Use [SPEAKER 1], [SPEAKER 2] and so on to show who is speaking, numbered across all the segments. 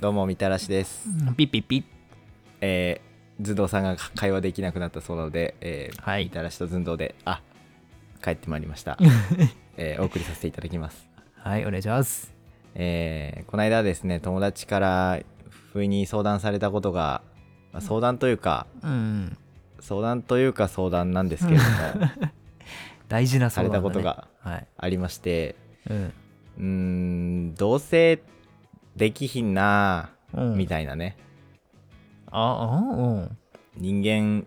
[SPEAKER 1] どうもみたらしです、
[SPEAKER 2] ピッピッピッ
[SPEAKER 1] えー、ずんどうさんが会話できなくなったそうなので、えー
[SPEAKER 2] はい
[SPEAKER 1] みたらしとずんどうであ帰ってまいりました、えーお送りさせていただきます
[SPEAKER 2] はいお願いします
[SPEAKER 1] えーこの間ですね友達から不意に相談されたことが、まあ相談というか
[SPEAKER 2] うん
[SPEAKER 1] 相談というか相談なんですけれども
[SPEAKER 2] 大事な
[SPEAKER 1] さ
[SPEAKER 2] 相
[SPEAKER 1] れ
[SPEAKER 2] 談だ、
[SPEAKER 1] たこ
[SPEAKER 2] ね、
[SPEAKER 1] とが
[SPEAKER 2] はい
[SPEAKER 1] ありまして
[SPEAKER 2] うん、
[SPEAKER 1] うーんどうせできひんなあ
[SPEAKER 2] うん
[SPEAKER 1] みたいなね、
[SPEAKER 2] ああうん
[SPEAKER 1] 人間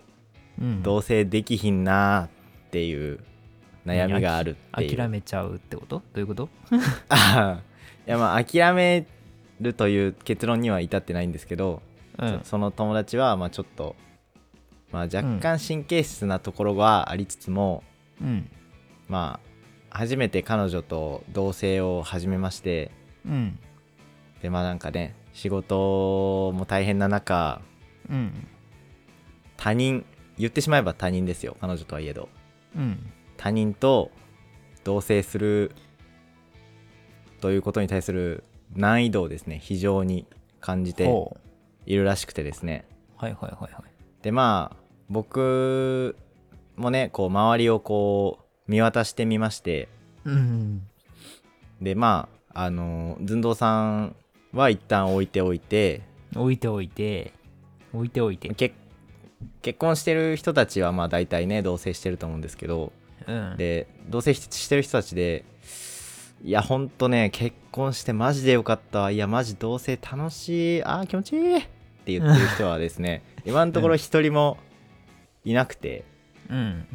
[SPEAKER 2] うん
[SPEAKER 1] どうせできひんなあっていう悩みがあるって いう
[SPEAKER 2] 諦めちゃうってことどういうこと
[SPEAKER 1] あーいやまあ諦めるという結論には至ってないんですけど、
[SPEAKER 2] う
[SPEAKER 1] そその友達はまあちょっと、まあ、若干神経質なところはありつつも、
[SPEAKER 2] うん
[SPEAKER 1] まあ初めて彼女と同棲を始めまして
[SPEAKER 2] うん
[SPEAKER 1] でまあなんかね仕事も大変な中
[SPEAKER 2] うん
[SPEAKER 1] 他人言ってしまえば他人ですよ彼女とはいえど
[SPEAKER 2] うん
[SPEAKER 1] 他人と同棲するということに対する難易度をですね非常に感じて
[SPEAKER 2] ほう
[SPEAKER 1] いるらしくてですね
[SPEAKER 2] はいはいはいはい
[SPEAKER 1] でまあ僕もねこう周りをこう見渡してみまして
[SPEAKER 2] うん
[SPEAKER 1] でまああの寸胴さんは一旦置いておいて
[SPEAKER 2] 置いておいて置いておいて
[SPEAKER 1] 結結婚してる人たちはまあ大体ね同棲してると思うんですけど
[SPEAKER 2] うん
[SPEAKER 1] で同棲してる人たちでいやほんとね結婚してマジでよかったわいやマジ同棲楽しいあー気持ちいいって言ってる人はです ね今のところ一人もいなくて
[SPEAKER 2] うん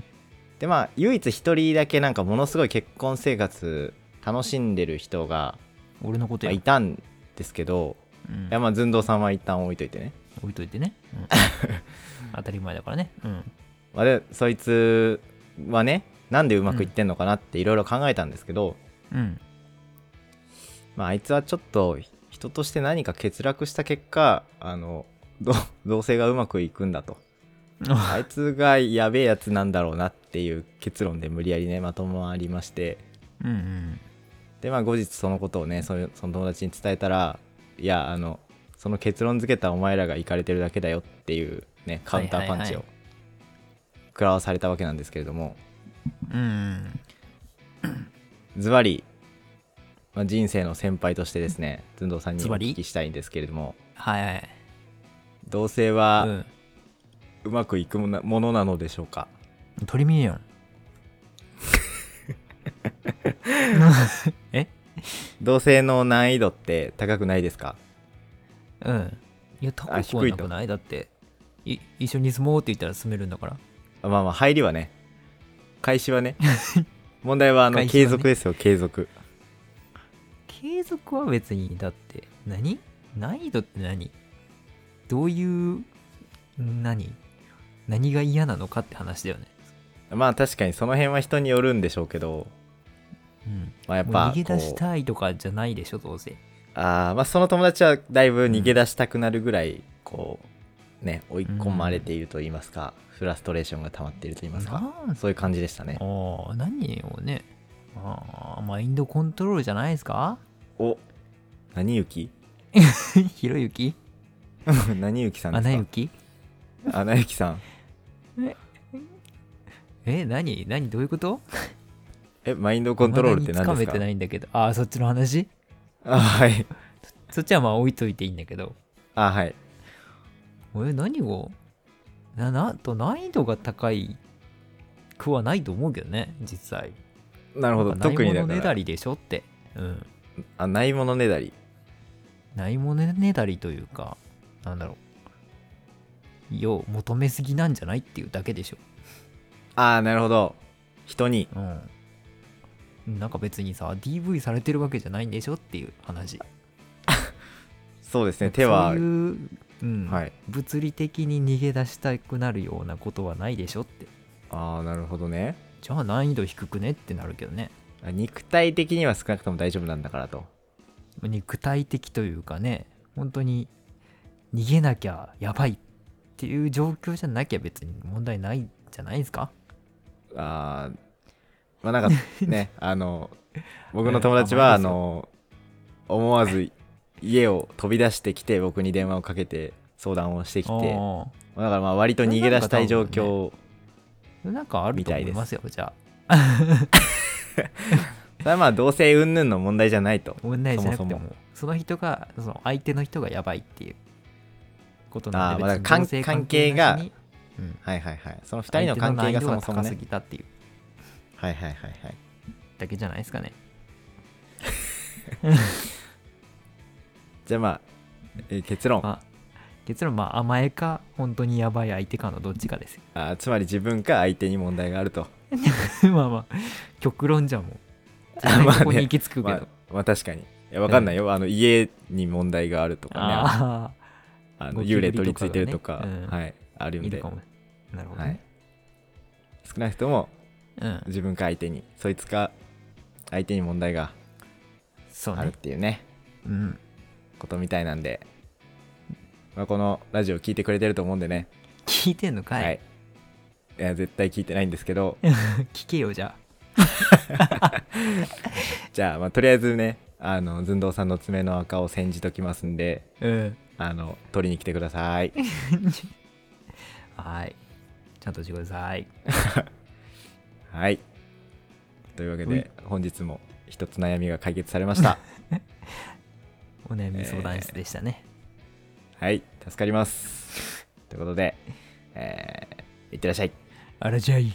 [SPEAKER 1] でまあ唯一一人だけなんかものすごい結婚生活楽しんでる人が、
[SPEAKER 2] 俺のこと
[SPEAKER 1] まあ
[SPEAKER 2] や、
[SPEAKER 1] いたんですけど、
[SPEAKER 2] う
[SPEAKER 1] い
[SPEAKER 2] ん
[SPEAKER 1] やまあ寸胴さんは一旦置いといてね、
[SPEAKER 2] 置いといてね、うん 当たり前だからねうん
[SPEAKER 1] まあ、でそいつはねなんでうまくいってんのかなっていろいろ考えたんですけど、
[SPEAKER 2] うん
[SPEAKER 1] まあ、あいつはちょっと人として何か欠落した結果あのど 同棲がうまくいくんだとあいつがやべえやつなんだろうなっていう結論で無理やりねまとまりまして
[SPEAKER 2] うんうん
[SPEAKER 1] でまあ後日そのことをねそのその友達に伝えたらいやあのその結論付けたお前らがいかれてるだけだよっていうねカウンターパンチ
[SPEAKER 2] はいはいは
[SPEAKER 1] を
[SPEAKER 2] い
[SPEAKER 1] 食らわされたわけなんですけれども
[SPEAKER 2] うん
[SPEAKER 1] ズバリまあ人生の先輩としてですね寸胴さんにお
[SPEAKER 2] ズバリ
[SPEAKER 1] 聞きしたいんですけれども
[SPEAKER 2] はいはい
[SPEAKER 1] 同棲は、
[SPEAKER 2] うん
[SPEAKER 1] うまくいくもなものなのでしょうか
[SPEAKER 2] 鳥見えやんえ
[SPEAKER 1] 同性の難易度って高くないですか
[SPEAKER 2] うんいや高
[SPEAKER 1] あ
[SPEAKER 2] くは
[SPEAKER 1] 低い
[SPEAKER 2] な
[SPEAKER 1] と
[SPEAKER 2] くないだってい一緒に住もうって言ったら住めるんだから
[SPEAKER 1] あまあまあ入りはね開始 はね問題はあの
[SPEAKER 2] 開始は
[SPEAKER 1] 継
[SPEAKER 2] ね
[SPEAKER 1] 続ですよ継続
[SPEAKER 2] 継続は別にだって何難易度って何どういう何何が嫌なのかって話だよね
[SPEAKER 1] まあ確かにその辺は人によるんでしょうけど、
[SPEAKER 2] うん
[SPEAKER 1] まあ、やっ
[SPEAKER 2] もう
[SPEAKER 1] ぱ
[SPEAKER 2] 逃げ出し
[SPEAKER 1] こ
[SPEAKER 2] たいとかじゃないでしょどうせ
[SPEAKER 1] うあーまあその友達はだいぶ逃げ出したくなるぐらいこうね追い込まれていると言いますか、フラストレーションが溜まっていると言いますか
[SPEAKER 2] なん
[SPEAKER 1] そういう感じでしたね
[SPEAKER 2] ああ何をねああマインドコントロールじゃないですか
[SPEAKER 1] お何雪
[SPEAKER 2] ひろゆき
[SPEAKER 1] 何雪さんで
[SPEAKER 2] ア
[SPEAKER 1] すか
[SPEAKER 2] ナゆき
[SPEAKER 1] あなゆきさん
[SPEAKER 2] え何何どういうこと
[SPEAKER 1] えマインドコントロールって何です
[SPEAKER 2] 未だにつ
[SPEAKER 1] か
[SPEAKER 2] かめてないんだけどああそっちの話
[SPEAKER 1] あはい
[SPEAKER 2] そっちはまあ置いといていいんだけど
[SPEAKER 1] あはい
[SPEAKER 2] え何をななと難易度が高いくはないと思うけどね実際
[SPEAKER 1] なるほど
[SPEAKER 2] なん
[SPEAKER 1] 特に
[SPEAKER 2] ない
[SPEAKER 1] だ
[SPEAKER 2] もの
[SPEAKER 1] か
[SPEAKER 2] ねだ
[SPEAKER 1] ら
[SPEAKER 2] りでしょってうん
[SPEAKER 1] あないものねだり
[SPEAKER 2] ないものねだりというかなんだろうよう求めすぎなんじゃないっていうだけでしょ
[SPEAKER 1] ああなるほど人に
[SPEAKER 2] うんなんか別にさ DV されてるわけじゃないんでしょっていう話
[SPEAKER 1] そうですね手は
[SPEAKER 2] そういう、うん
[SPEAKER 1] はい
[SPEAKER 2] 物理的に逃げ出したくなるようなことはないでしょって
[SPEAKER 1] ああなるほどね
[SPEAKER 2] じゃあ難易度低くねってなるけどね
[SPEAKER 1] あ肉体的には少なくとも大丈夫なんだからと
[SPEAKER 2] 肉体的というかね本当に逃げなきゃやばいっていう状況じゃなきゃ別に問題ないんじゃないですか
[SPEAKER 1] ああまあ なんかねあの僕の友達はあ
[SPEAKER 2] えーま
[SPEAKER 1] の思わず家を飛び出してきて僕に電話をかけて相談をしてきて
[SPEAKER 2] あ
[SPEAKER 1] ま
[SPEAKER 2] ー
[SPEAKER 1] あだからまあ割と逃げ出したい状
[SPEAKER 2] それ
[SPEAKER 1] 況
[SPEAKER 2] なんなんかあると思いますよ、じゃあ。
[SPEAKER 1] それはまあ同性云々の問題じゃないと
[SPEAKER 2] 問題じゃなくても、
[SPEAKER 1] そも
[SPEAKER 2] その人が、その相手の人がやばいっていうこと
[SPEAKER 1] あ
[SPEAKER 2] な
[SPEAKER 1] ー
[SPEAKER 2] んで、
[SPEAKER 1] まあ
[SPEAKER 2] 別に
[SPEAKER 1] だから
[SPEAKER 2] 同性
[SPEAKER 1] 関係が
[SPEAKER 2] 関係なしにうん、
[SPEAKER 1] はいはいはいその2
[SPEAKER 2] 二
[SPEAKER 1] 人の関係がそもそ
[SPEAKER 2] 高
[SPEAKER 1] も
[SPEAKER 2] す
[SPEAKER 1] ね
[SPEAKER 2] ぎたっていう
[SPEAKER 1] はいはいはいはい
[SPEAKER 2] だけじゃないですかね。
[SPEAKER 1] じゃあまあ、えー結論あ
[SPEAKER 2] まあ、結論、まあ、甘えか、本当にやばい相手かのどっちかですよ。
[SPEAKER 1] ーつまり自分か相手に問題があると
[SPEAKER 2] まあまあ、極論じゃもう。
[SPEAKER 1] あまあね
[SPEAKER 2] ここに行き着くけど。
[SPEAKER 1] まあ、まあ確かにいやわかんないよ、あの家に問題があるとかね
[SPEAKER 2] あ
[SPEAKER 1] あ
[SPEAKER 2] ゴ
[SPEAKER 1] の
[SPEAKER 2] キ
[SPEAKER 1] 幽
[SPEAKER 2] ブリ
[SPEAKER 1] 霊取り
[SPEAKER 2] とかがね
[SPEAKER 1] 付いてると か、
[SPEAKER 2] うん
[SPEAKER 1] はい、あ
[SPEAKER 2] あ、
[SPEAKER 1] るん
[SPEAKER 2] いる
[SPEAKER 1] で
[SPEAKER 2] か、も。なるほど、
[SPEAKER 1] は
[SPEAKER 2] ね
[SPEAKER 1] い、少なくとも
[SPEAKER 2] うん。
[SPEAKER 1] 自分か相手にそいつか相手に問題が
[SPEAKER 2] そう
[SPEAKER 1] あるっ
[SPEAKER 2] ね。
[SPEAKER 1] ていうね
[SPEAKER 2] うん。
[SPEAKER 1] ことみたいなんで、まあ、このラジオ聞いてくれてると思うんでね、
[SPEAKER 2] 聞いてんのかい、
[SPEAKER 1] い、いや絶対聞いてないんですけど
[SPEAKER 2] 聞けよ、じゃ
[SPEAKER 1] じゃあ,、まあとりあえずねあの寸胴さんの爪の赤を煎じときますんで
[SPEAKER 2] あ。うん。
[SPEAKER 1] あの取りに来てください
[SPEAKER 2] はい。ちゃんとしてください。
[SPEAKER 1] はいというわけ
[SPEAKER 2] うい
[SPEAKER 1] で本日も一つ悩みが解決されました
[SPEAKER 2] お悩み相談室でしたね。
[SPEAKER 1] はい助かりますということで、えーいってらっしゃい
[SPEAKER 2] あらじゃい。